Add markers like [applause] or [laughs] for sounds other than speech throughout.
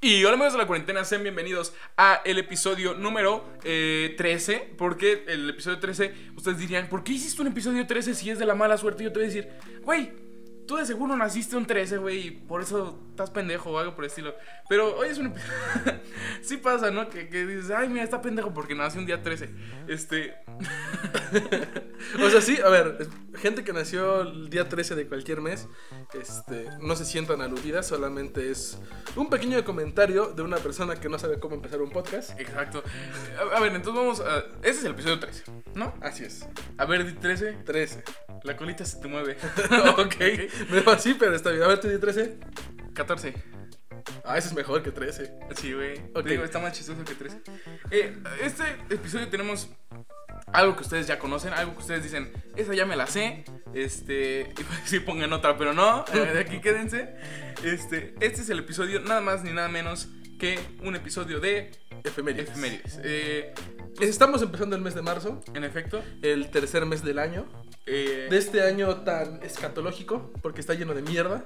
Y hola amigos de la cuarentena, sean bienvenidos a el episodio número eh, 13. Porque el episodio 13, ustedes dirían, ¿por qué hiciste un episodio 13 si es de la mala suerte? Y yo te voy a decir, güey, tú de seguro naciste un 13, güey, y por eso estás pendejo o algo por el estilo. Pero hoy es un episodio... [laughs] sí pasa, ¿no? Que, que dices, ay, mira, está pendejo porque nació un día 13. Este... O sea, sí, a ver, es- gente que nació el día 13 de cualquier mes, este, no se sientan aludidas, solamente es un pequeño comentario de una persona que no sabe cómo empezar un podcast. Exacto. A, a ver, entonces vamos a... Este es el episodio 13, ¿no? Así es, A ver, di 13. [laughs] 13. La colita se te mueve. [laughs] ok. ok, me va así, pero está bien. A ver, te di 13. 14. Ah, eso es mejor que 13. Sí, güey. Ok. Digo, está más chistoso que 13. Eh, este episodio tenemos algo que ustedes ya conocen, algo que ustedes dicen, esa ya me la sé. Este, [laughs] iba a decir pongan otra, pero no, eh, de aquí quédense. Este, este es el episodio nada más ni nada menos que un episodio de Efemérides. efemérides. Eh, Estamos empezando el mes de marzo, en efecto, el tercer mes del año, eh, de este año tan escatológico, porque está lleno de mierda,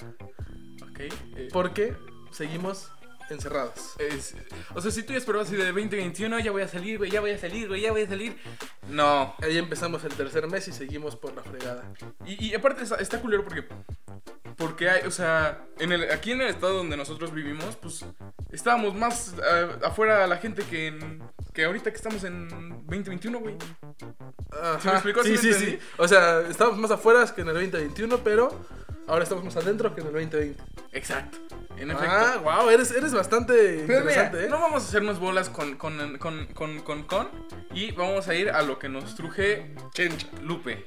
ok, eh, porque seguimos encerrados. es- o sea, si tú ya esperabas así de 2021, ya voy a salir, güey, ya voy a salir, güey, ya voy a salir. No, Ahí empezamos el tercer mes y seguimos por la fregada. Y, y aparte está, está culero porque. Porque hay, o sea, en el, aquí en el estado donde nosotros vivimos, pues estábamos más eh, afuera la gente que, en- que ahorita que estamos en 2021, güey. Ajá. ¿Sí me explicó? ¿Sí Sí, sí, me sí. entendí? O sea, estamos más afuera que en el 2021, pero ahora estamos más adentro que en el 2020. Exacto. En Ah, efecto. wow, eres, eres bastante Pero mira, interesante, ¿eh? no vamos a hacernos bolas con con, con, con, con, con, y vamos a ir a lo que nos truje Chencha. Lupe.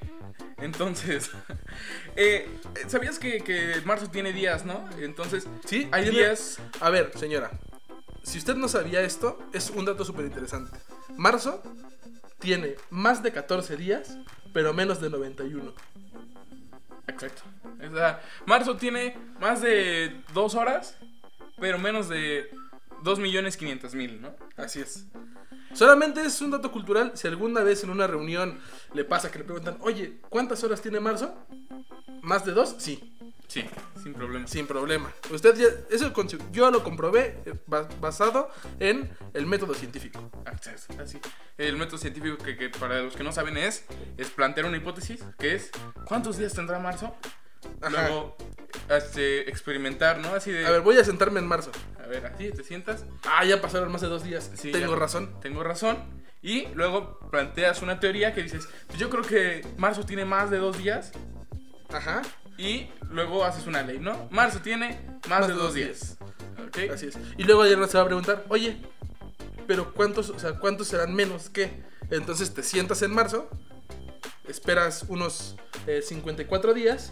Entonces, [laughs] eh, ¿sabías que, que marzo tiene días, no? Entonces, Sí, hay tiene- días... A ver, señora, si usted no sabía esto, es un dato súper interesante. Marzo tiene más de 14 días, pero menos de 91. Exacto. O sea, marzo tiene más de dos horas, pero menos de 2.500.000, millones mil, ¿no? Así es. Solamente es un dato cultural. Si alguna vez en una reunión le pasa que le preguntan, oye, ¿cuántas horas tiene marzo? ¿Más de dos? Sí. Sí, sin problema. Sin problema. Usted ya, eso consi- yo lo comprobé eh, ba- basado en el método científico. Exacto, Así. ah, El método científico que, que para los que no saben es, es plantear una hipótesis, que es ¿cuántos días tendrá marzo? Ajá. Luego este, experimentar, ¿no? Así de... A ver, voy a sentarme en marzo. a ver, así te sientas. Ah, ya pasaron más de dos días. Sí, Tengo ya. razón. Tengo razón. Y luego planteas una teoría que dices, pues yo creo que marzo tiene más de dos días. Ajá. Y luego haces una ley, ¿no? Marzo tiene más, de dos días. ¿Ok? Así es. Y luego ayer se va a preguntar, oye, pero ¿cuántos, o sea, cuántos serán menos que? Entonces te sientas en marzo, esperas unos eh, 54 días.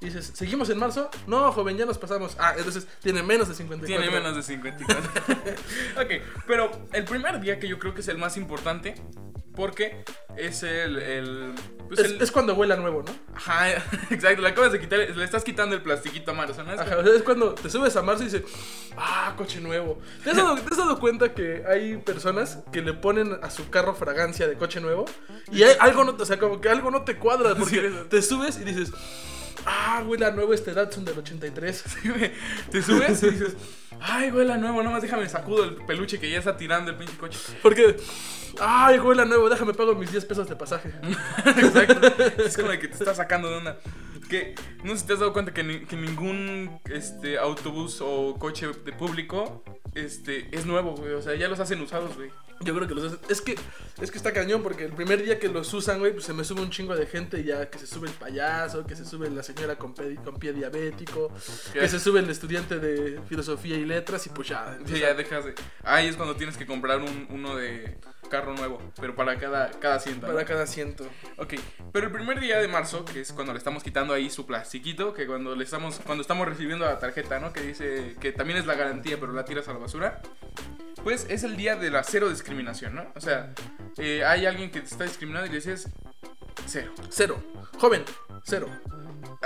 y Dices, ¿seguimos en marzo? No, joven, ya nos pasamos. Ah, entonces tiene menos de 54. Tiene menos de 54. [laughs] ok, pero el primer día que yo creo que es el más importante, porque es el... el- pues Es, el- es cuando huela nuevo, ¿no? Ajá, [laughs] exacto, le acabas de quitar, le estás quitando el plastiquito a Marzo, ¿no? Es [laughs] Ajá, o sea, es cuando te subes a marzo y dices, ah, coche nuevo. ¿Te has, dado, te has dado cuenta que hay personas que le ponen a su carro fragancia de coche nuevo? Y hay- algo no te, o sea, como que algo no te cuadra, porque Sí. te subes y dices, ah, güey, la nueva este Datsun del [laughs] 83. Sí, güey. [laughs] Te subes [laughs] y dices, ay, güey, la nueva, nomás déjame sacudo el peluche que ya está tirando el pinche coche. Porque, ay, güey, la nueva, déjame pago mis 10 pesos de pasaje. Exacto. [laughs] Es como de que te está sacando de onda. Que no sé si te has dado cuenta que, ni- que ningún este, autobús o coche de público este, es nuevo, güey. O sea, ya los hacen usados, güey. Yo creo que los hacen- es que es que está cañón porque el primer día que los usan, güey, pues se me sube un chingo de gente y ya que se sube el payaso, que se sube la señora con, pe- con pie diabético, que se sube el estudiante de filosofía y letras y pues ya. Sí, ya dejas de. Ahí es cuando tienes que comprar un, uno de carro nuevo, pero para cada, cada asiento. ¿no? Para cada asiento. Ok, pero el primer día de marzo, que es cuando le estamos quitando ahí su plastiquito, que cuando le estamos cuando estamos recibiendo la tarjeta, ¿no? Que dice que también es la garantía, pero la tiras a la basura. Pues es el día de la cero discriminación, ¿no? O sea, eh, hay alguien que te está discriminando y le dices cero. Cero. Joven, cero.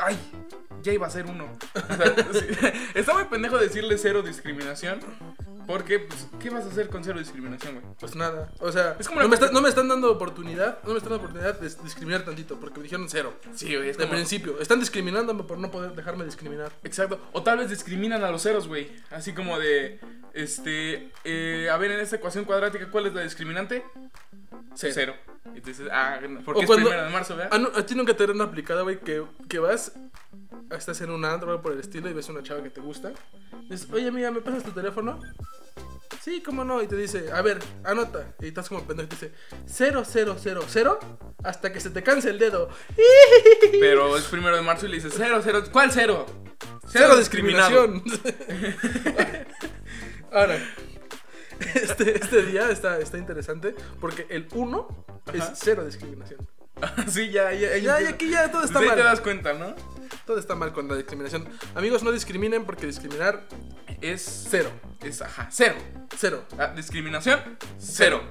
Ay, [laughs] ya iba a ser uno. O sea, sí, está muy pendejo decirle cero discriminación, Porque, pues, ¿qué vas a hacer con cero discriminación, güey? Pues nada, o sea, Es como no, la me parte- está- no me están dando oportunidad, no me están dando oportunidad de discriminar tantito, porque me dijeron cero. Sí, güey, es De como- principio, están discriminándome por no poder dejarme discriminar. Exacto. O tal vez discriminan a los ceros, güey. Así como de. Este. eh, a ver, en esta ecuación cuadrática, ¿cuál es la discriminante? Cero. Y tú dices, ah, no, O porque es cuando- primero de marzo, ¿verdad? Ah, no, a ti nunca te han aplicado, güey, que, que vas, estás en un andro por el estilo y ves una chava que te gusta. Dices, oye amiga, ¿me pasas tu teléfono? Sí, cómo no. Y te dice, a ver, anota. Y estás como pendejo y te dice, cero, cero, cero, cero, hasta que se te canse el dedo. [laughs] Pero es primero de marzo y le dices, cero, cero. ¿Cuál cero? Cero discriminado. discriminación. [laughs] Ahora, este, este día está, está interesante porque el 1 es Ajá. cero discriminación. [laughs] sí, ya, ya. Ya, ya empieza. aquí ya todo Desde está ahí te mal. das cuenta, ¿no? Todo está mal con la discriminación. Amigos, no discriminen porque discriminar, Es. cero. Es, ajá, cero. Cero. Ah, discriminación, cero.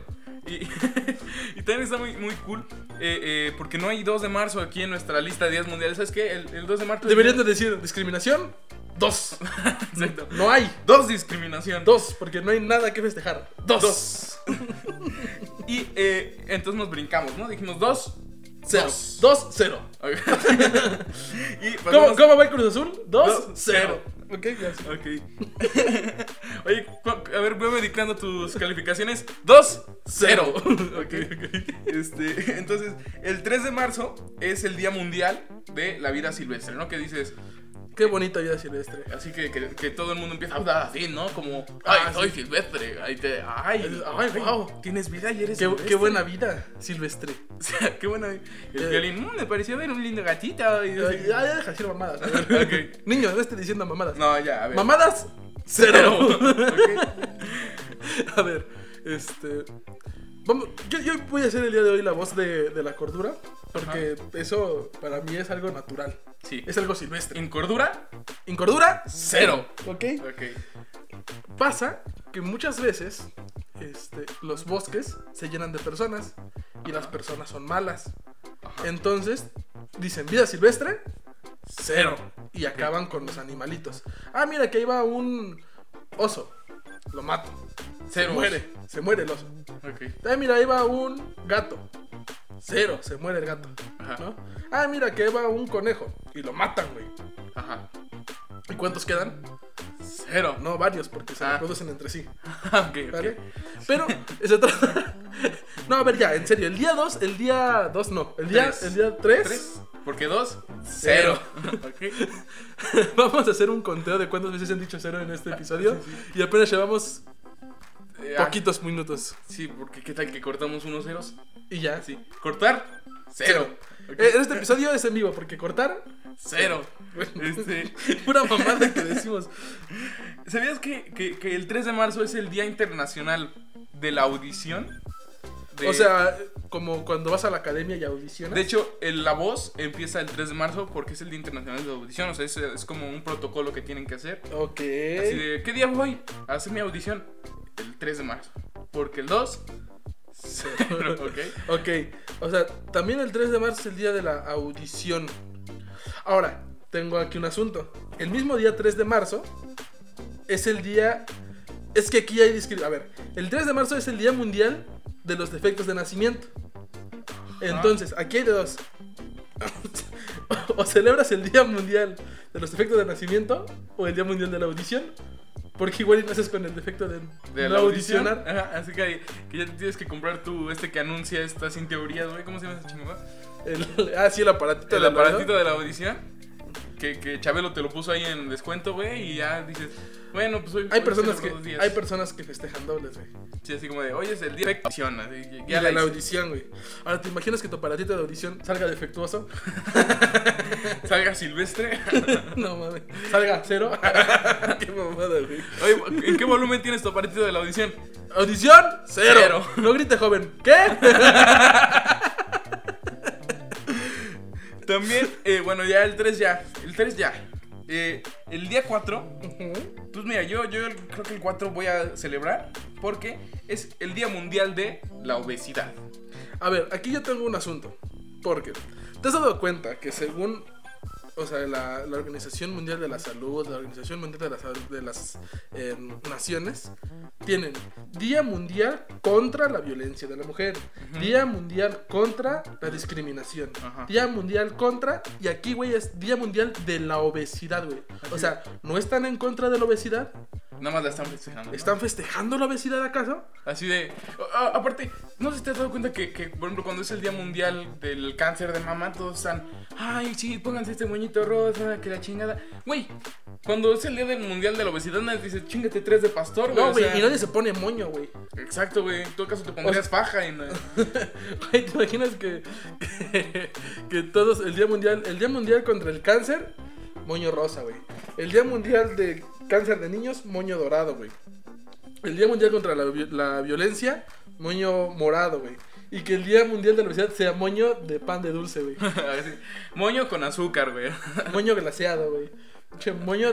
Y, [laughs] y también está muy, muy cool eh, eh, porque no hay 2 de marzo aquí en nuestra lista de días mundiales. ¿Sabes qué? El, el 2 de marzo. es- Deberían de decir discriminación, Dos. [laughs] Exacto. no hay. Dos discriminación. Dos, porque no hay nada que festejar. Dos. [laughs] y eh, entonces nos brincamos, ¿no? Dijimos [laughs] dos. Cero. Dos. Dos, cero. Ok. y pues, ¿Cómo, pasamos- cómo va el Cruz Azul? Dos, Dos, cero. Ok, gracias. Ok. [laughs] Oye, cu- a ver, voy medicando tus calificaciones. Dos, cero. [laughs] Ok, ok. Este, [laughs] entonces, el 3 de marzo es el Día Mundial de la Vida Silvestre, ¿no? Que dices, Qué bonita vida silvestre. así que, que, que todo el mundo empieza a hablar así, ¿no? Como, ay, Ah, soy silvestre. Ay, te, ay, Ay, wow. Tienes vida y eres Qué, silvestre. qué buena vida, silvestre. O [laughs] sea, qué buena. El Eh. violín, "Mm, me pareció ver un lindo gatito. Y yo Ya, así, ya deja de decir mamadas. a [laughs] ver. ok. Niño, no estés diciendo mamadas. No, ya, a ver. Mamadas, Cero. [laughs] cero. Ok. [laughs] a ver, este. Vamos, yo, yo voy a hacer el día de hoy la voz de, de la cordura, porque eso para mí es algo natural. Sí. Es algo silvestre. Incordura, Incordura, cero. ¿ok? Ok. Pasa que muchas veces este, los bosques se llenan de personas y las personas son malas. Ajá. Entonces, dicen vida silvestre, Cero. y acaban con los animalitos. Ah, mira, que ahí va un oso. Lo mato. Cero. Se muere. Se muere el oso. Ok. Ah, mira, ahí va un gato. Cero. Se muere el gato. Ajá. ¿no? Ah, mira, que ahí va un conejo. Y lo matan, güey. Ajá. ¿Y cuántos quedan? Cero. No. No, varios, porque se Ah. reproducen entre sí. [laughs] ok, ok. ¿Vale? Pero [laughs] se trata... [laughs] No, a ver, ya, en serio. El día 2, el día 2 no. El día Tres. 3... El día Tres. tres, Porque dos, cero. [laughs] ok. [laughs] Vamos a hacer un conteo de cuántas veces han dicho cero en este episodio. Y apenas llevamos Ah, Eh, ah, poquitos minutos. Sí, porque qué tal que cortamos unos ceros. Y ya. Sí. Cortar, cero. Ok. Eh, este episodio es en vivo, porque cortar. Cero. [laughs] Este, [laughs] Pura mamada que decimos. ¿Sabías que, que- que el 3 de marzo es el Día Internacional de la Audición? De- O sea, como cuando vas a la academia y audicionas. De hecho, el- la voz empieza el 3 de marzo porque es el Día Internacional de la Audición. O sea, es, es como un protocolo que tienen que hacer. ok. Así de, ¿qué día voy a hacer mi audición? El 3 de marzo. Porque el 2, cero, ¿ok? Ok. O sea, también el 3 de marzo es el día de la audición. Ahora, tengo aquí un asunto. El mismo día 3 de marzo es el día. Es que aquí hay discri- A ver, el 3 de marzo es el día mundial de los defectos de nacimiento. Entonces, aquí hay de dos. [laughs] o celebras el Día Mundial de los Defectos de Nacimiento o el Día Mundial de la Audición. Porque igual y naces con el defecto de, De no la audición. audicionar. Ajá, así que, que ya te tienes que comprar tu, este que anuncia estas sin teorías, güey. ¿Cómo se llama esa chingada? El- ah, sí, el aparatito. El del oído. aparatito de la audición. Que, que Chabelo te lo puso ahí en descuento, güey. Y ya dices, bueno, pues hoy. Hay hoy personas, que, celebro dos días. hay personas que festejan dobles, güey. Sí, así como de, hoy es el día de la audición. así que Y ya de la la hice. audición, güey. Ahora, ¿te imaginas que tu aparatito de audición [laughs] salga defectuoso? Salga silvestre. [laughs] no mames. Salga cero. [laughs] Qué mamada, güey. Oye, ¿en qué volumen tienes tu aparatito de la audición? Audición, cero. Cero. No grite, joven. ¿Qué? [laughs] También, eh, bueno, ya el 3 ya. El 3 ya. Eh, el día 4, pues mira, yo, yo creo que el 4 voy a celebrar porque es el Día Mundial de la Obesidad. A ver, aquí yo tengo un asunto. Porque, ¿te has dado cuenta que según o sea, la, la Organización Mundial de la Salud, la Organización Mundial de, la Sal- de las eh, Naciones, tienen Día Mundial contra la Violencia de la Mujer, Día Mundial contra la Discriminación, Ajá. Día Mundial contra, y aquí, güey, es Día Mundial de la Obesidad, güey. O sea, no están en contra de la obesidad, Nada más la están festejando. ¿no? están festejando la obesidad acaso. Así de. a- a- aparte, no sé si te has dado cuenta que, que, por ejemplo, cuando es el Día Mundial del Cáncer de Mama, todos están. Ay, sí, pónganse este moñito rosa, que la chingada. Güey, cuando es el Día del Mundial de la Obesidad, nadie dice, chingate tres de pastor, güey. No, o güey, sea, y nadie se pone moño, güey. Exacto, güey. En todo caso te pondrías faja en. la- [laughs] Güey, ¿te imaginas que, que, todos el día mundial, el día mundial contra el cáncer, moño rosa, güey. El día mundial de cáncer de niños, moño dorado, güey. El día mundial contra la, vi- la violencia, moño morado, güey. Y que el día mundial de la obesidad sea moño de pan de dulce, güey. [laughs] Así, Moño con azúcar, güey. [laughs] Moño glaseado, güey. Che, moño,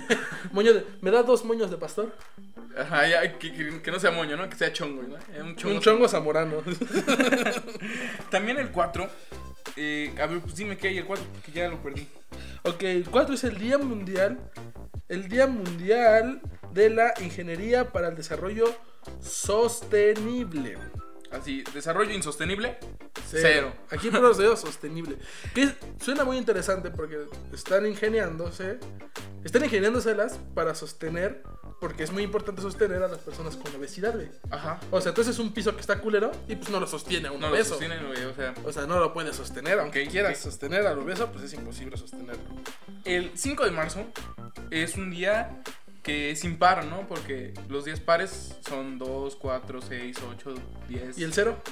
[laughs] moño de, ¿me da dos moños de pastor? Ajá, ya, que, que- que no sea moño, ¿no? Que sea chongo, ¿no? Eh, Un chongo. Un chongo zamorano. También el 4. Eh, a ver, pues dime qué hay el 4, porque ya lo perdí. Ok, el 4 es el Día Mundial. El Día Mundial de la Ingeniería para el Desarrollo Sostenible. Así, desarrollo insostenible, cero. Aquí por los dedos, sostenible. Que es- suena muy interesante porque están ingeniándose. Están ingeniándoselas para sostener. Porque es muy importante sostener a las personas con obesidad, güey. Ajá. O sea, entonces es un piso que está culero y pues no lo sostiene a un No lo obeso. sostienen, güey, o sea. O sea, no lo puede sostener. Aunque Ok, quieras ok. sostener al obeso, pues es imposible sostenerlo. El 5 de marzo es un día que es impar, ¿no? Porque los días pares son 2, 4, 6, 8, 10. ¿Y el cero?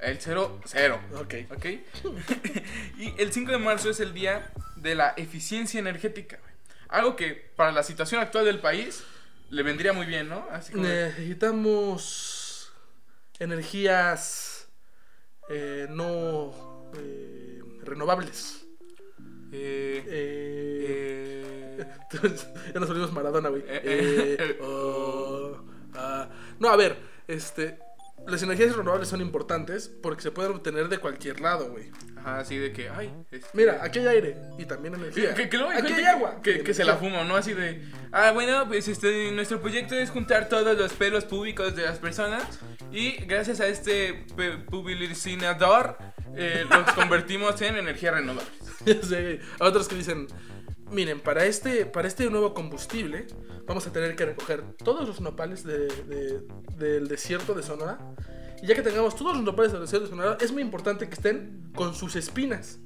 El 0, 0. Ok. ¿Ok? [laughs] y el 5 de marzo es el día de la eficiencia energética. güey. Algo que para la situación actual del país le vendría muy bien, ¿no? Así como Eh. de- Necesitamos energías eh, no eh, renovables. eh, Eh, eh, [laughs] ya nos volvimos Maradona, güey. Eh, Eh, eh. oh, ah. no, a ver, este, las energías renovables son importantes porque se pueden obtener de cualquier lado, güey. ajá, así de que, ay, este- Mira, aquí hay aire y también energía. Que, que- que luego hay aquí gente hay que- agua. Que, y que se la energía. fuma, ¿no? Así de. Ah, bueno, pues este, nuestro proyecto es juntar todos los pelos públicos de las personas. Y gracias a este pe- publicinador, eh, los convertimos en energía renovable. [laughs] Sí, a otros que dicen, miren, para este, para este nuevo combustible vamos a tener que recoger todos los nopales de- de- del desierto de Sonora. Y ya que tengamos todos los nopales del desierto de Sonora, es muy importante que estén con sus espinas.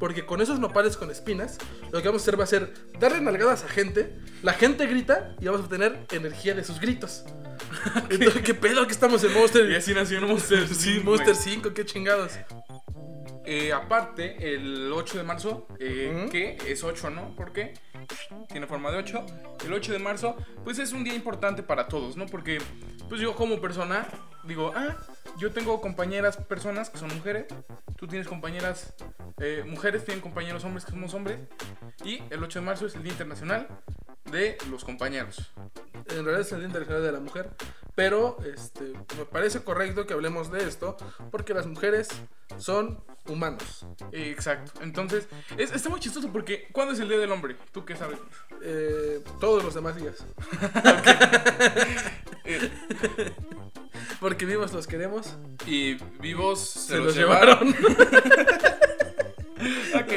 Porque con esos nopales con espinas, lo que vamos a hacer va a ser darle nalgadas a gente, la gente grita y vamos a obtener energía de sus gritos. [laughs] Entonces, ¿Qué pedo que estamos en Y Monster? así nació Monster. Sí, Monster 5, qué chingados. Eh, aparte, el 8 de marzo, eh, Ujú. que es 8, ¿no? Porque tiene forma de 8. El 8 de marzo, pues es un día importante para todos, ¿no? Porque, pues yo como persona, digo, ah, yo tengo compañeras, personas que son mujeres. Tú tienes compañeras, eh, mujeres, tienen compañeros hombres que somos hombres. Y el 8 de marzo es el Día Internacional de los Compañeros. en realidad es el Día Internacional de la Mujer, pero este, me parece correcto que hablemos de esto porque las mujeres son humanos. Eh, exacto. Entonces, es- está muy chistoso porque, ¿cuándo es el Día del Hombre? ¿Tú qué sabes? eh, todos los demás días. [laughs] [laughs] Eh, Porque vivos los queremos. y vivos se, Se los los llevaron. [laughs] Ok,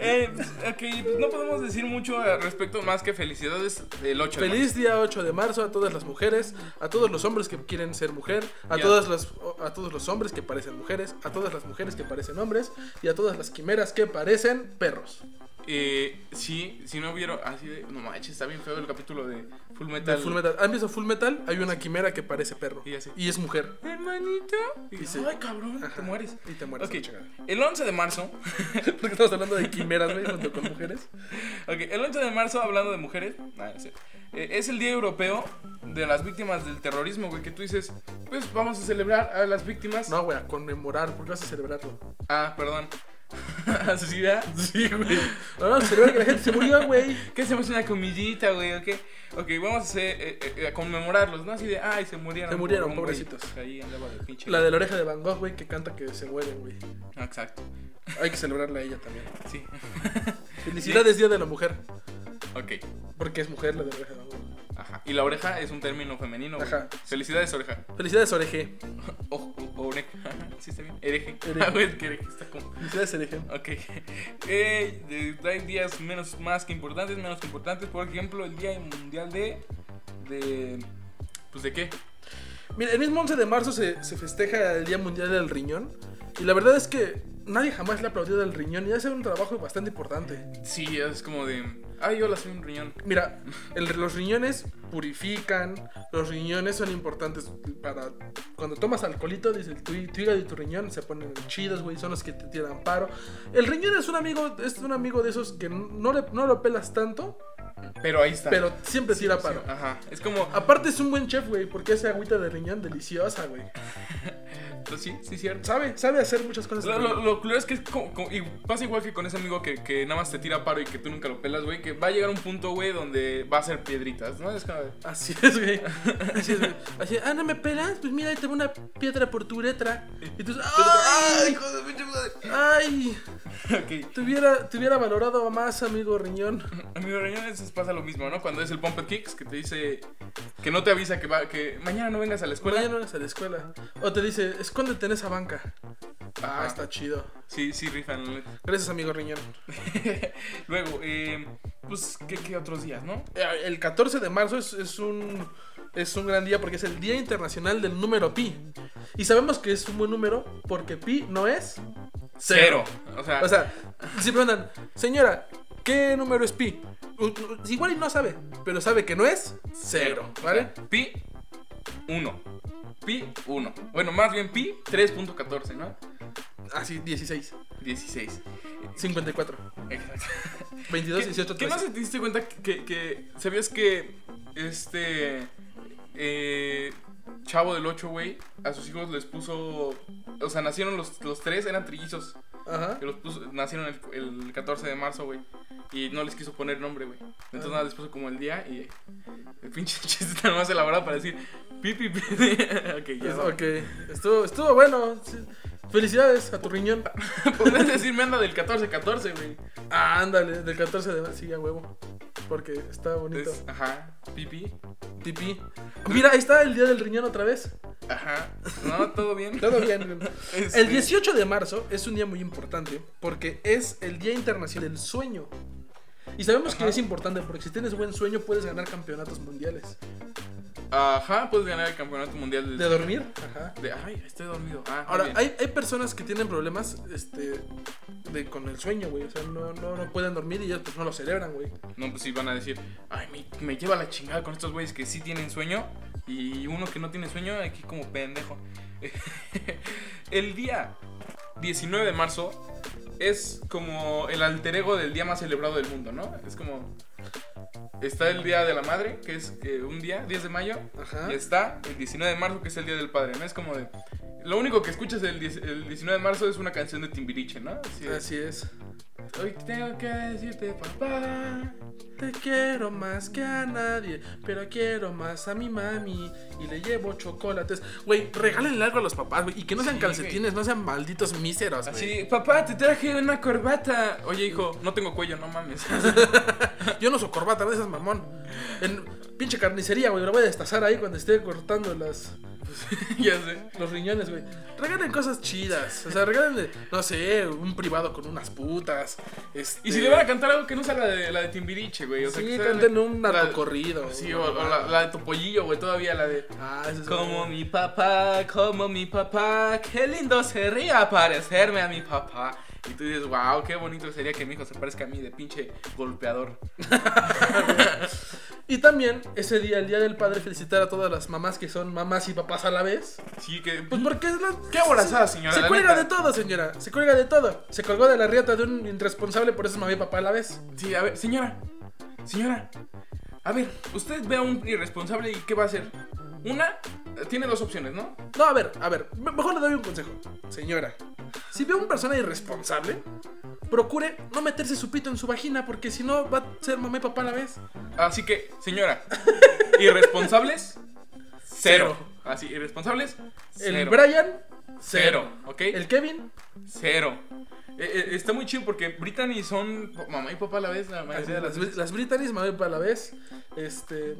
eh, ok, pues no podemos decir mucho al respecto más que felicidades del 8. de [laughs] Feliz día 8 de marzo a todas las mujeres, a todos los hombres que quieren ser mujer, a, Ya. todas las, a todos los hombres que parecen mujeres, a todas las mujeres que parecen hombres y a todas las quimeras que parecen perros. marzo. Eh, sí, si no vieron, así de, no manches, está bien feo el capítulo de Full De Metal. Full Metal. ¿Han visto Full Metal? Hay una quimera que parece perro Y así. y es mujer. Hermanito. Y Y sí. Ay, cabrón, te mueres. Y te mueres. Ok, a la chingada. el 11 de marzo, [laughs] [laughs] Porque estamos hablando de quimeras, güey, junto con mujeres. ok, el 11 de marzo, hablando de mujeres, nada, es, cierto, eh, es el Día Europeo de las Víctimas del Terrorismo, güey, que tú dices, pues vamos a celebrar a las víctimas. No, güey, a conmemorar, porque vas a celebrarlo. Ah, perdón. [laughs] ah, ¿Asesina? Sí, güey. Vamos a celebrar que la gente se murió, güey. ¿Qué hacemos una comillita, güey? ¿O qué? Ok, vamos a, hacer, eh, eh, a conmemorarlos, ¿no? Así de, ay, se murieron. Se murieron, por un güey pobrecitos. que Ahí andaba de pinche. La de la oreja de Van Gogh, güey, que canta que se muere, güey. Ah, Exacto. Hay que celebrarla a ella también. Sí. [laughs] Felicidades Día de la Mujer. ok. Porque es mujer la de la oreja de Van Gogh. Ajá. Y la oreja es un término femenino, güey. Ajá. Felicidades, oreja. Felicidades, Oreje. Ojo, o- oreja. [laughs] Sí, está bien. Hereje. Hereje. [laughs] Ah, güey, es que hereje está como. Felicidades, Oreje. Ok. [laughs] Eh, de- hay días menos, más que importantes, menos que importantes. Por ejemplo, el Día Mundial de. de pues de qué? Mira, el mismo 11 de marzo se, se festeja el Día Mundial del Riñón. Y la verdad es que nadie jamás le ha aplaudido al riñón y hace un trabajo bastante importante. Sí, es como de. Ay, yo la soy un riñón. Mira, el- los riñones purifican, los riñones son importantes para... Cuando tomas alcoholito, dice, tu, tu hígado y tu riñón se ponen chidos, güey, son los que te tiran paro. El riñón es un amigo, es un amigo de esos que no, le- no lo pelas tanto, Pero ahí está. pero siempre tira Sí, paro. Ajá. Es como. Aparte es un buen chef, güey, porque hace agüita de riñón deliciosa, güey. pues sí, sí, cierto. Sabe, sabe hacer muchas cosas. Lo, lo, lo culero es que es como- como- y pasa igual que con ese amigo que, que nada más te tira paro y que tú nunca lo pelas, güey. Que va a llegar un punto, güey, donde va a ser piedritas, ¿no? Es como de, Así es, güey. Así es, güey. Así, ah, no me pelas, pues mira, ahí te va una piedra por tu uretra. Y tú, ay, hijo de pinche madre! ay. [laughs] Ok. Te hubiera, te hubiera valorado más, amigo riñón. Amigo Reñón, eso pasa lo mismo, ¿no? Cuando es el Pumped Kicks que te dice que no te avisa que va, que mañana no vengas a la escuela. Mañana no eres a la escuela. O te dice, escóndete en esa banca. Ah, Ajá. está chido. Sí, sí, rifan. [laughs] Gracias, amigo riñón. Luego, eh, pues, ¿qué, qué otros días, no? Eh, El 14 de marzo es, es un. Es un gran día porque es el Día Internacional del Número Pi. Y sabemos que es un buen número porque Pi no es. Cero. O sea, O sea, si preguntan, señora, ¿qué número es pi? U- u- Igual y no sabe, pero sabe que no es cero, ¿vale? pi 1. Pi 1. Bueno, más bien pi 3.14, ¿no? Así, 16, 16. 54, Exacto. 22, 18, ¿Qué no 13. se te diste cuenta que, que sabías que este eh, chavo del 8, güey, a sus hijos les puso, o sea, nacieron los, los tres, eran trillizos, Ajá. que los puso- nacieron el, el 14 de marzo, güey. Y no les quiso poner nombre, güey. Entonces Ah. nada, les puso como el día y el pinche [laughs] chiste está más elaborado para decir pipi, pipi. [laughs] ok, ya. Es- va. ok, estuvo, estuvo bueno. sí. Felicidades a tu riñón. Podrías decirme anda del 14-14, güey. Ah, ándale, del 14 de marzo, sí, a huevo. Porque está bonito. Entonces, ajá, pipi, Tipi. Mira, ahí está el Día del Riñón otra vez. ajá. No, todo bien. [laughs] Todo bien. Este- [laughs] El 18 de marzo es un día muy importante porque es el Día Internacional del Sueño. Y sabemos que Ajá. es importante porque si tienes buen sueño puedes ganar campeonatos mundiales. Ajá, puedes ganar el campeonato mundial del- ¿De dormir? Ajá. de- ay, estoy dormido. Ah, muy Ahora, bien. hay, hay personas que tienen problemas este, de, con el sueño, güey. O sea, no, no, no pueden dormir y ellos pues, no lo celebran, güey. No, pues sí van a decir, ay, me, me lleva la chingada con estos güeyes que sí tienen sueño y uno que no tiene sueño aquí como pendejo. [laughs] el día 19 de marzo es como el alter ego del día más celebrado del mundo, ¿no? Es como está el día de la madre, que es eh, un día, 10 de mayo, Ajá. y está el 19 de marzo, que es el día del padre, ¿no? Es como de lo único que escuchas el, 10 el 19 de marzo es una canción de Timbiriche, ¿no? Así de, Así es. Hoy tengo que decirte, papá. Te quiero más que a nadie, pero quiero más a mi mami y le llevo chocolates. Güey, regálenle algo a los papás, güey, y que no sean Sí, calcetines, no sean malditos míseros, güey. Así, papá, te traje una corbata. Oye, hijo, no tengo cuello, no mames. [laughs] [laughs] Yo no uso corbata, no seas mamón. En pinche carnicería, güey, lo voy a destazar ahí cuando esté cortando las, ya sé. los riñones, güey. Regalen cosas chidas, o sea, regálenle, no sé, un privado con unas putas. Este... Y si le van a cantar algo que no sea la de, la de Timbiriche, güey. O sea, que Sí, sea canten un la- narcocorrido. Sí, o, o la, la de Topollillo, güey, todavía la de. Ah, eso es Como mi papá, como mi papá, qué lindo sería parecerme a mi papá. Y tú dices, wow, qué bonito sería que mi hijo se parezca a mí de pinche golpeador. Y también ese día, el Día del Padre, felicitar a todas las mamás que son mamás y papás a la vez. Sí, que. Pues porque es la... Qué aborazada, señora, Se la cuelga neta. de todo, señora. Se cuelga de todo. Se colgó de la riata de un irresponsable, por eso es mamá y papá a la vez. Sí, a ver, señora. Señora. A ver, usted ve a un irresponsable y ¿qué va a hacer? Una, eh, tiene dos opciones, ¿no? No, a ver, a ver. me- Mejor le doy un consejo. Señora, Si ve a una persona irresponsable, procure no meterse su pito en su vagina porque si no va a ser mamá y papá a la vez. Así que, señora, irresponsables, cero. Cero. Así, irresponsables, cero. El Brian, cero, ¿ok? El Kevin, Cero. Eh, eh, está muy chido porque Brittany son pa- mamá y papá a la vez, la mayoría de las las, veces. las Britannies, mamá y papá a la vez. Este,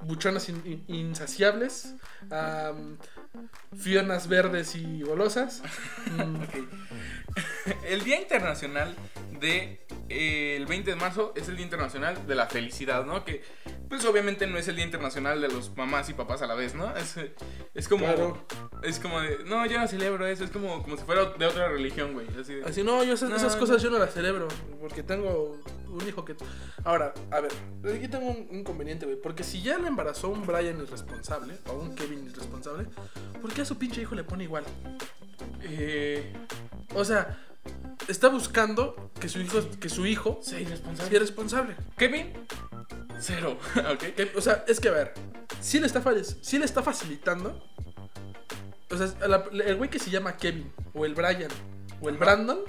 buchonas in- in- insaciables. am, fionas verdes y golosas. [laughs] mm, El Día Internacional de eh, el 20 de marzo es el Día Internacional de la Felicidad, ¿no? Que pues obviamente no es el Día Internacional de los mamás y papás a la vez, ¿no? Es, eh, es como Claro. es como de, no, yo no celebro eso, es como como si fuera de otra religión, güey, así de- Así no, yo esas, No, esas no. cosas yo no las celebro. Porque tengo un hijo que. Ahora, a ver, aquí tengo un inconveniente, güey. Porque si ya le embarazó un Brian irresponsable, o un Kevin irresponsable, ¿por qué a su pinche hijo le pone igual? eh, O sea, está buscando que su hijo, que su hijo soy sea irresponsable. irresponsable. Kevin cero, [laughs] ¿ok? Que- o sea, es que a ver, sí le está, fa- sí le está facilitando. O sea, a la- el güey que se llama Kevin, o el Brian, o el Brandon,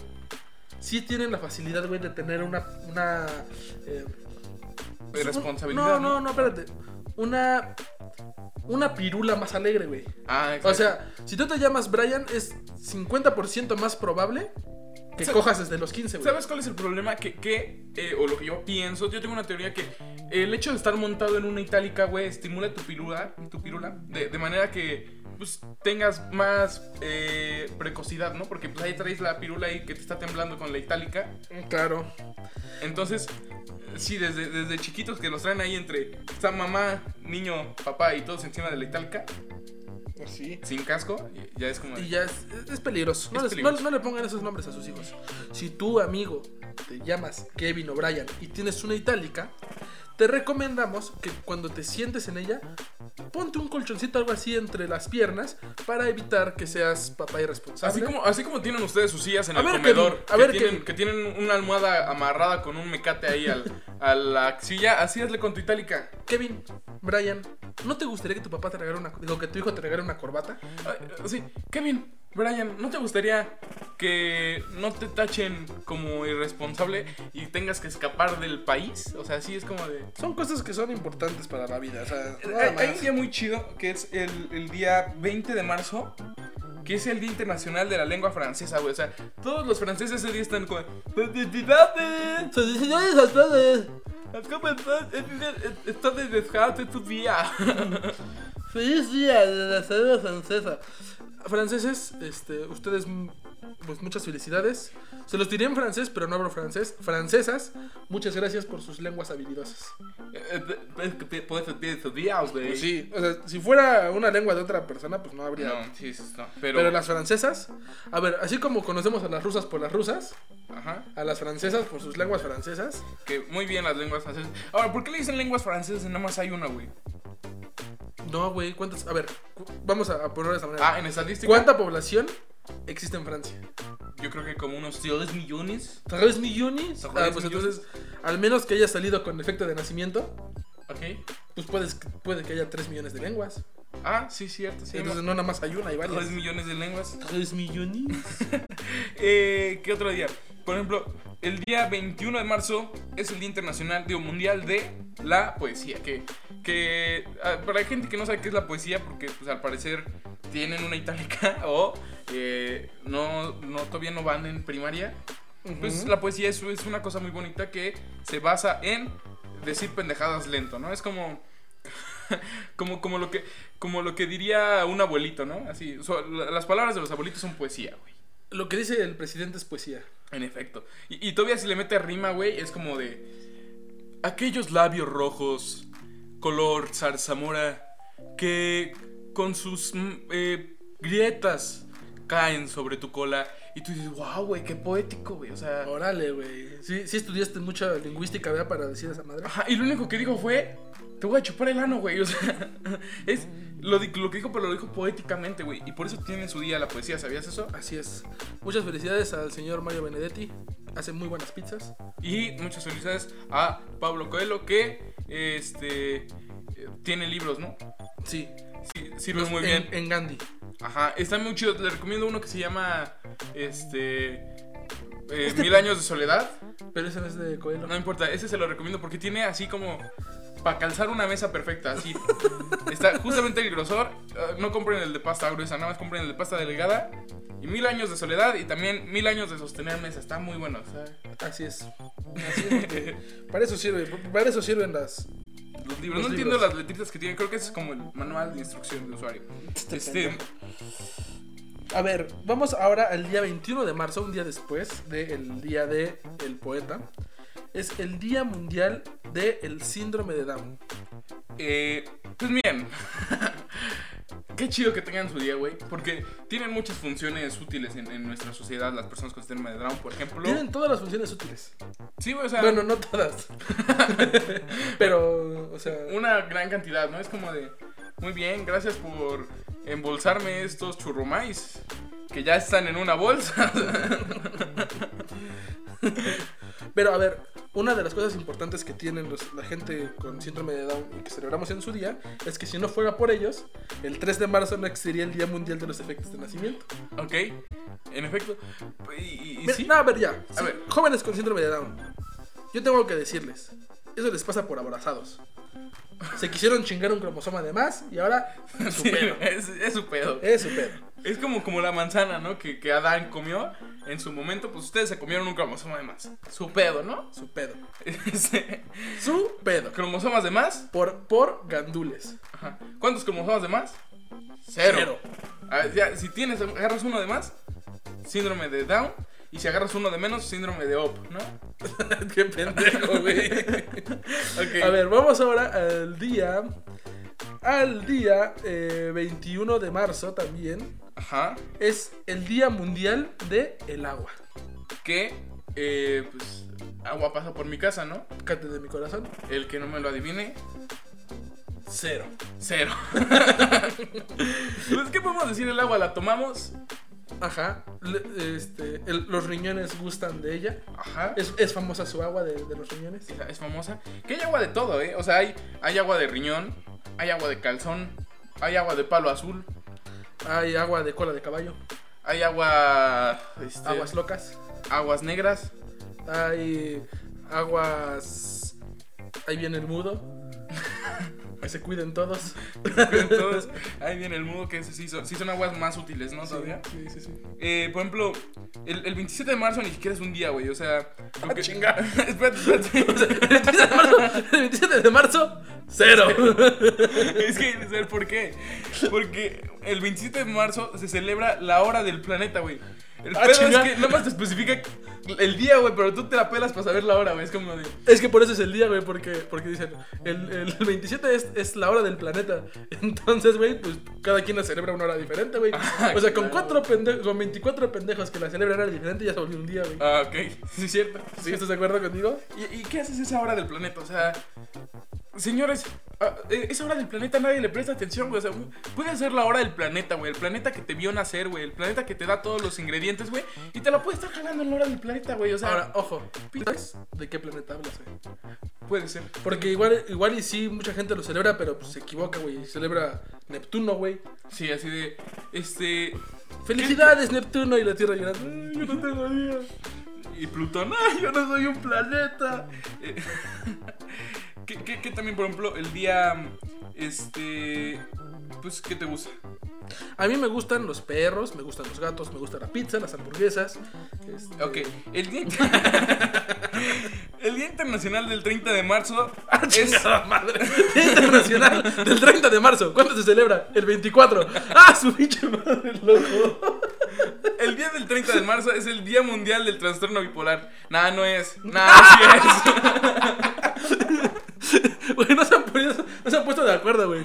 sí tienen la facilidad, güey, de tener una. una eh, pues, un- Responsabilidad. No, no, no, espérate. Una. Una pirula más alegre, güey. Ah, O exacto. sea, si tú te llamas Brian, es 50% más probable que Sa- cojas desde los 15, güey. ¿Sabes cuál es el problema? Que, que eh, o lo que yo pienso, yo tengo una teoría que el hecho de estar montado en una itálica, güey, estimula tu pirula, tu pirula de, de manera que pues, tengas más eh, precocidad, ¿no? Porque pues ahí traes la pirula ahí que te está temblando con la itálica. Claro. Entonces, sí, desde, desde chiquitos que nos traen ahí entre está mamá, niño, papá y todos encima de la itálica, Así. sin casco, y- ya es como... Pues Y ya es, es peligroso. No, Es les- peligroso. no- no le pongan esos nombres a sus hijos. Si tu amigo te llamas Kevin o Brian y tienes una itálica, te recomendamos que cuando te sientes en ella, ponte un colchoncito algo así entre las piernas para evitar que seas papá irresponsable. Así como, así como tienen ustedes sus sillas en A el ver, comedor, Kevin, a que, ver, tienen, Kevin. que tienen una almohada amarrada con un mecate ahí al- a la silla, así hazle con tu itálica. Kevin, Brian, ¿no te gustaría que tu papá te regalara una, digo, que tu hijo te regalara una corbata? Ah, Sí, Kevin, Brian, ¿no te gustaría que no te tachen como irresponsable y tengas que escapar del país? O sea, así es como de... Son cosas que son importantes para la vida, o sea, nada Hay, hay un más. día muy chido que es el, el día 20 de marzo, que es el Día Internacional de la Lengua Francesa, güey. O sea, todos los franceses ese día están como... eh, Felicidades a todos. ¿Cómo estás? Estás desdejado tu día. Feliz día de la salud francesa. Franceses, este, ustedes, mm, pues muchas felicidades. Se los diré en francés, pero no hablo francés. Francesas, muchas gracias por sus lenguas habilidosas. Puedes sentir tu día, güey. Pues sí, o sea, si fuera una lengua de otra persona, pues no habría. No, sí, sí, no. Pero, Pero las francesas, a ver, así como conocemos a las rusas por las rusas, Ajá. a las francesas por sus lenguas francesas, Que muy bien las lenguas francesas. Ahora, ¿por qué le dicen lenguas francesas y nada más hay una, güey? no, güey, ¿cuántas? A ver, cu- vamos a, a ponerlo de esta manera. Ah, en estadística. ¿Cuánta población existe en Francia? Yo creo que como unos 10 millones. ¿Tres millones? Tres Ah, pues entonces, al menos que haya salido con efecto de nacimiento, Ok. pues puedes, puede que haya 3 millones de lenguas. Ah, sí, cierto. Sí, entonces no nada más hay una, hay varias. 3 millones de lenguas. ¿Tres millones? Eh, ¿Qué otro día? Por ejemplo, el día 21 de marzo es el Día Internacional, digo, Mundial de la Poesía. Que, que ah, para la gente que no sabe qué es la poesía, porque pues al parecer tienen una itálica [laughs] o eh, no, no, todavía no van en primaria. Pues la poesía es, es una cosa muy bonita que se basa en decir pendejadas lento, ¿no? Es como... [laughs] Como, como, lo que, como lo que diría un abuelito, ¿no? Así, so- la- las palabras de los abuelitos son poesía, güey. Lo que dice el presidente es poesía. En efecto. Y, y todavía si le mete rima, güey, es como de... Aquellos labios rojos, color zarzamora, que con sus mm, eh, grietas caen sobre tu cola. Y tú dices, wow, güey, qué poético, güey. O sea... Órale, güey. Sí, sí estudiaste mucha lingüística, ¿verdad? Para decir esa madre. Ajá, y lo único que dijo fue, te voy a chupar el ano, güey. [laughs] O sea, es lo, di- lo que dijo, pero lo dijo poéticamente, güey. Y por eso tiene su día la poesía, ¿sabías eso? Así es. Muchas felicidades al señor Mario Benedetti. Hace muy buenas pizzas. Y muchas felicidades a Pablo Coelho que este eh, tiene libros, ¿no? Sí. Sí, sirve muy En- bien. En Gandhi. Ajá, están muy chidos. Le recomiendo uno que se llama. Este. eh, Mil años de soledad. Pero ese no es de Coelho. No importa, ese se lo recomiendo porque tiene así como. Para calzar una mesa perfecta, así. Está justamente el grosor. eh, No compren el de pasta gruesa, nada más compren el de pasta delgada. Y mil años de soledad y también mil años de sostener mesa. Está muy bueno. o sea, Así es. Así [laughs] es, porque para eso sirve, para eso sirven las. los libros. Los no entiendo libros. las letritas que tienen. Creo que ese es como el manual de instrucción de usuario. Este. A ver, vamos ahora al día 21 de marzo, un día después del día de el poeta. Es el Día Mundial del Síndrome de Down. Eh, pues bien. [laughs] Qué chido que tengan su día, güey. Porque tienen muchas funciones útiles en, en nuestra sociedad. Las personas con síndrome de Down, por ejemplo. Tienen todas las funciones útiles. Sí, güey, o sea, Bueno, no todas. [laughs] Pero, o sea, una gran cantidad, ¿no? Es como de, muy bien, gracias por embolsarme estos churrumais. Que ya están en una bolsa. [laughs] pero a ver, una de las cosas importantes que tienen los- la gente con síndrome de Down y que celebramos en su día es que si no fuera por ellos, el 3 de marzo no existiría el Día Mundial de los Efectos de Nacimiento. ok, en efecto. Y, y- y Mira, sí, [laughs] No, a ver, ya. Sí, ver. Jóvenes con síndrome de Down. Yo tengo que decirles. Eso les pasa por abrazados. Se quisieron chingar un cromosoma de más y [laughs] ahora es su sí, pedo. es, es su pedo. Es su pedo. Es como, como la manzana, ¿no? Que, que Adán comió. En su momento, pues ustedes se comieron un cromosoma de más. Su pedo, ¿no? [laughs] Su pedo. Este, Su pedo. ¿Cromosomas de más? Por, por gandules. Ajá. ¿Cuántos cromosomas de más? Cero. Ah, ya, si tienes, agarras uno de más, síndrome de Down. Y si agarras uno de menos, síndrome de OP, ¿no? [laughs] Qué pendejo, güey. Ok. A ver, vamos ahora al día. Al día eh, 21 de marzo también. Ajá. Es el Día Mundial del el Agua. Que, eh, pues, agua pasa por mi casa, ¿no? Cate de mi corazón. El que no me lo adivine, Cero. cero. [laughs] pues, ¿qué podemos decir? El agua la tomamos. Ajá. le- este, el- los riñones gustan de ella. Ajá. Es, es famosa su agua de, de los riñones. es, es famosa. Que hay agua de todo, ¿eh? O sea, hay, hay agua de riñón, hay agua de calzón, hay agua de palo azul, Hay agua de cola de caballo. hay agua. este, Aguas locas. aguas negras. [laughs] Hay aguas. Ahí viene el mudo. que se cuiden todos. Entonces, ahí viene el mudo que ese sí son, sí son aguas más útiles, ¿no? Todavía. Sí, sí, sí. [laughs] Eh, por ejemplo, el, el 27 de marzo ni siquiera es un día, güey. O sea. lo que- Ah, chinga. [laughs] espérate, espérate. El 27 de marzo, el 27 de marzo, cero. [laughs] es que no sé por qué. Porque el 27 de marzo se celebra la hora del planeta, güey. El Ah, pedo chinga. es que nada más te especifica el día, güey, pero tú te la pelas para saber la hora, güey. Es como de. Es que por eso es el día, güey, porque, porque dicen, Ah. el, el 27 es, es la hora del planeta. [laughs] Entonces, güey, pues cada quien la celebra una hora diferente, güey. Ah, O sea, con, claro. cuatro pende- con 24 pendejos que la celebran a hora diferente ya se volvió un día, güey. Ah, ok. Sí, es cierto. ¿Sí? ¿Estás de acuerdo conmigo? ¿Y, y qué haces esa hora del planeta? O sea, señores, a- eh, esa hora del planeta nadie le presta atención, güey. O sea, puede ser la hora del planeta, güey. El planeta que te vio nacer, güey. El planeta que te da todos los ingredientes, güey. Y te la puede estar jalando en la hora del planeta, güey. O sea, Ahora, ojo, ¿sabes de qué planeta hablas, güey? puede ser. Porque igual, igual y sí, mucha gente lo celebra, pero pues, se equivoca, güey. Celebra Neptuno, güey. Sí, así de. Este. Felicidades, Neptuno y la Tierra llorando. Mm. "Ay, Yo no tengo día. Y Plutón, ¡ay, yo no soy un planeta! [laughs] Eh, que, que- que también, por ejemplo, el día. Este. Pues, ¿qué te gusta? A mí me gustan los perros, me gustan los gatos, me gusta la pizza, las hamburguesas. este, Ok, el día, [laughs] el día Internacional del 30 de marzo es, Ah, chingada madre. Día [laughs] Internacional del 30 de marzo. ¿Cuándo se celebra? El 24. ¡Ah, su pinche madre, loco! el día del 30 de marzo es el Día Mundial del Trastorno Bipolar. Nada, no es. [laughs] Nada, sí es. Güey, no se han, puesto, no se han puesto de acuerdo, güey.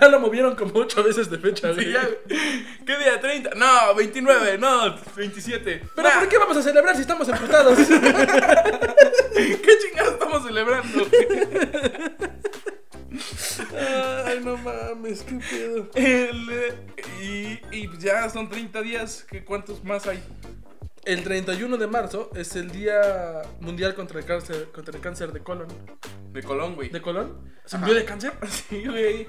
Ya lo movieron como ocho veces de fecha, güey. Sí, ya. ¿Qué día? 30. No, 29. No, 27. Pero Nah, ¿por qué vamos a celebrar si estamos emputados? [laughs] ¿Qué chingados estamos celebrando? Ay, no mames, qué pedo. El, eh, y, y ya son 30 días. ¿Qué, ¿Cuántos más hay? El 31 de marzo es el Día Mundial contra el Cáncer, contra el cáncer de colon. De Colón, güey. ¿De Colón? ¿Se murió de cáncer? Sí, güey.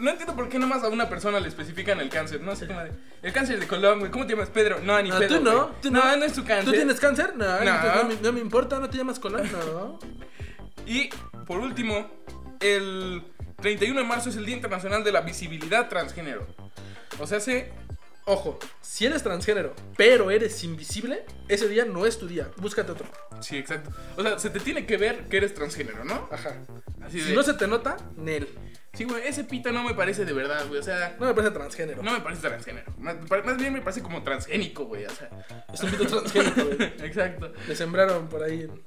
No entiendo por qué nomás a una persona le especifican el cáncer. No sé cómo de. El cáncer de Colón, güey. ¿Cómo te llamas? Pedro. No, ni No, Pedro. Ah, tú no, güey. tú no. no. no es tu cáncer. ¿Tú tienes cáncer? No, No. entonces no, me- no me importa, no te llamas Colón, no. Y por último, el 31 de marzo es el Día Internacional de la Visibilidad Transgénero. O sea, se. Ojo, si eres transgénero, pero eres invisible, ese día no es tu día. Búscate otro. Sí, exacto. O sea, se te tiene que ver que eres transgénero, ¿no? Ajá. Así Si de. no se te nota, Nel. Sí, güey, ese pita no me parece de verdad, güey. O sea, No me parece transgénero. no me parece transgénero. Más, más bien me parece como transgénico, güey. O sea. Es un pito transgénico, [laughs] güey. Exacto. Le sembraron por ahí. en-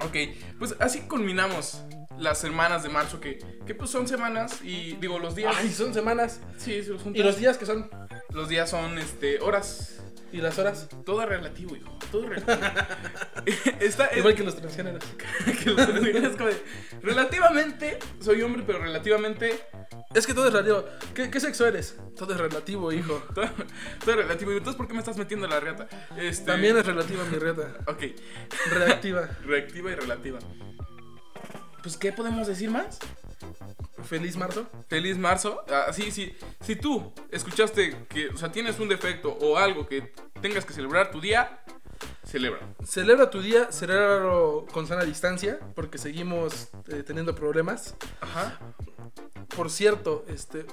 Ok, pues así culminamos las semanas de marzo que, que pues son semanas y digo los días. Ay, son semanas. sí, sí, son Y los días que son. los días son este horas. Y las horas. Todo es relativo, hijo. Todo es relativo. [laughs] Está es- Igual que los transgéneros. [laughs] que los es como de, relativamente soy hombre, pero relativamente Es que todo es relativo. ¿Qué, qué sexo eres? Todo es relativo, hijo. todo, todo es relativo. Y entonces por qué me estás metiendo la reata? Este, También es relativa mi reta. Ok, Reactiva. reactiva y relativa. Pues qué podemos decir más? Feliz marzo. Feliz marzo. Ah, sí, sí. Si tú escuchaste que, o sea, tienes un defecto o algo que tengas que celebrar tu día, celebra. Celebra tu día, celébralo con sana distancia, porque seguimos eh, teniendo problemas. Ajá. Por cierto, este,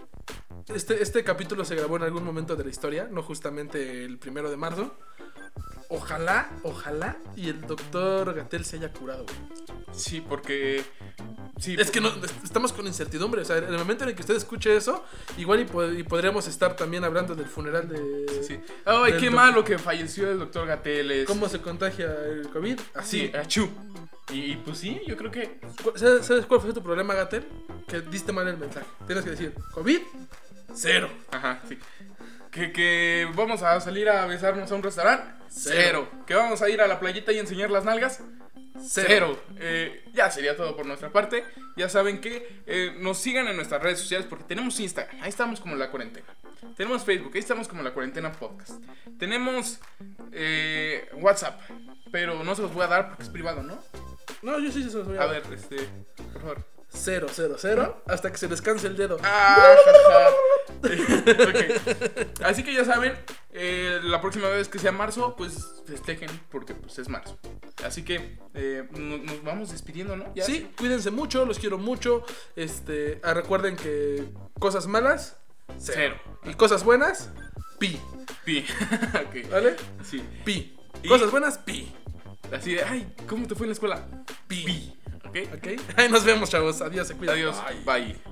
este, este capítulo se grabó en algún momento de la historia, no justamente el primero de marzo. Ojalá, ojalá, y el doctor Gatel se haya curado. güey. Sí, porque. Sí, Es que no, es- estamos con incertidumbre. O sea, en el momento en el que usted escuche eso, igual y, pod- y podríamos estar también hablando del funeral de. sí. Ay, Del qué doc- malo que falleció el doctor Gateles. ¿Cómo se contagia el COVID? Así, achú. Y, y, pues sí, yo creo que. ¿Cu- ¿Sabes sabes cuál fue tu problema, Gatel? Que diste mal el mensaje. Tienes que decir, COVID, cero. Ajá, sí. Que, que vamos a salir a besarnos a un restaurante. Cero. Cero. Que vamos a ir a la playita y enseñar las nalgas. Cero. Eh, ya sería todo por nuestra parte. Ya saben que eh, nos sigan en nuestras redes sociales porque tenemos Instagram. Ahí estamos como la cuarentena. Tenemos Facebook. Ahí estamos como la cuarentena podcast. Tenemos eh, WhatsApp. Pero no se los voy a dar porque es privado, ¿no? No, yo sí se los voy a A dar. ver, este. Por favor. Cero, cero, cero. Hasta que se les canse el dedo. Ah, jaja. [laughs] Ok. Así que ya saben, eh, la próxima vez que sea marzo, pues festejen porque pues es marzo. Así que eh, no- nos vamos despidiendo, ¿no? Ya. Sí, cuídense mucho, los quiero mucho. Este, ah, recuerden que cosas malas, Cero. Y cosas buenas, pi. Pi. [laughs] Ok. ¿Vale? Sí. Pi. Y- Cosas buenas, pi. Así de, ay, ¿cómo te fue en la escuela? Pi. Pi. ¿Ok? [laughs] ¿Ok? Ahí nos vemos, chavos. Adiós, se cuidan. Adiós. Bye.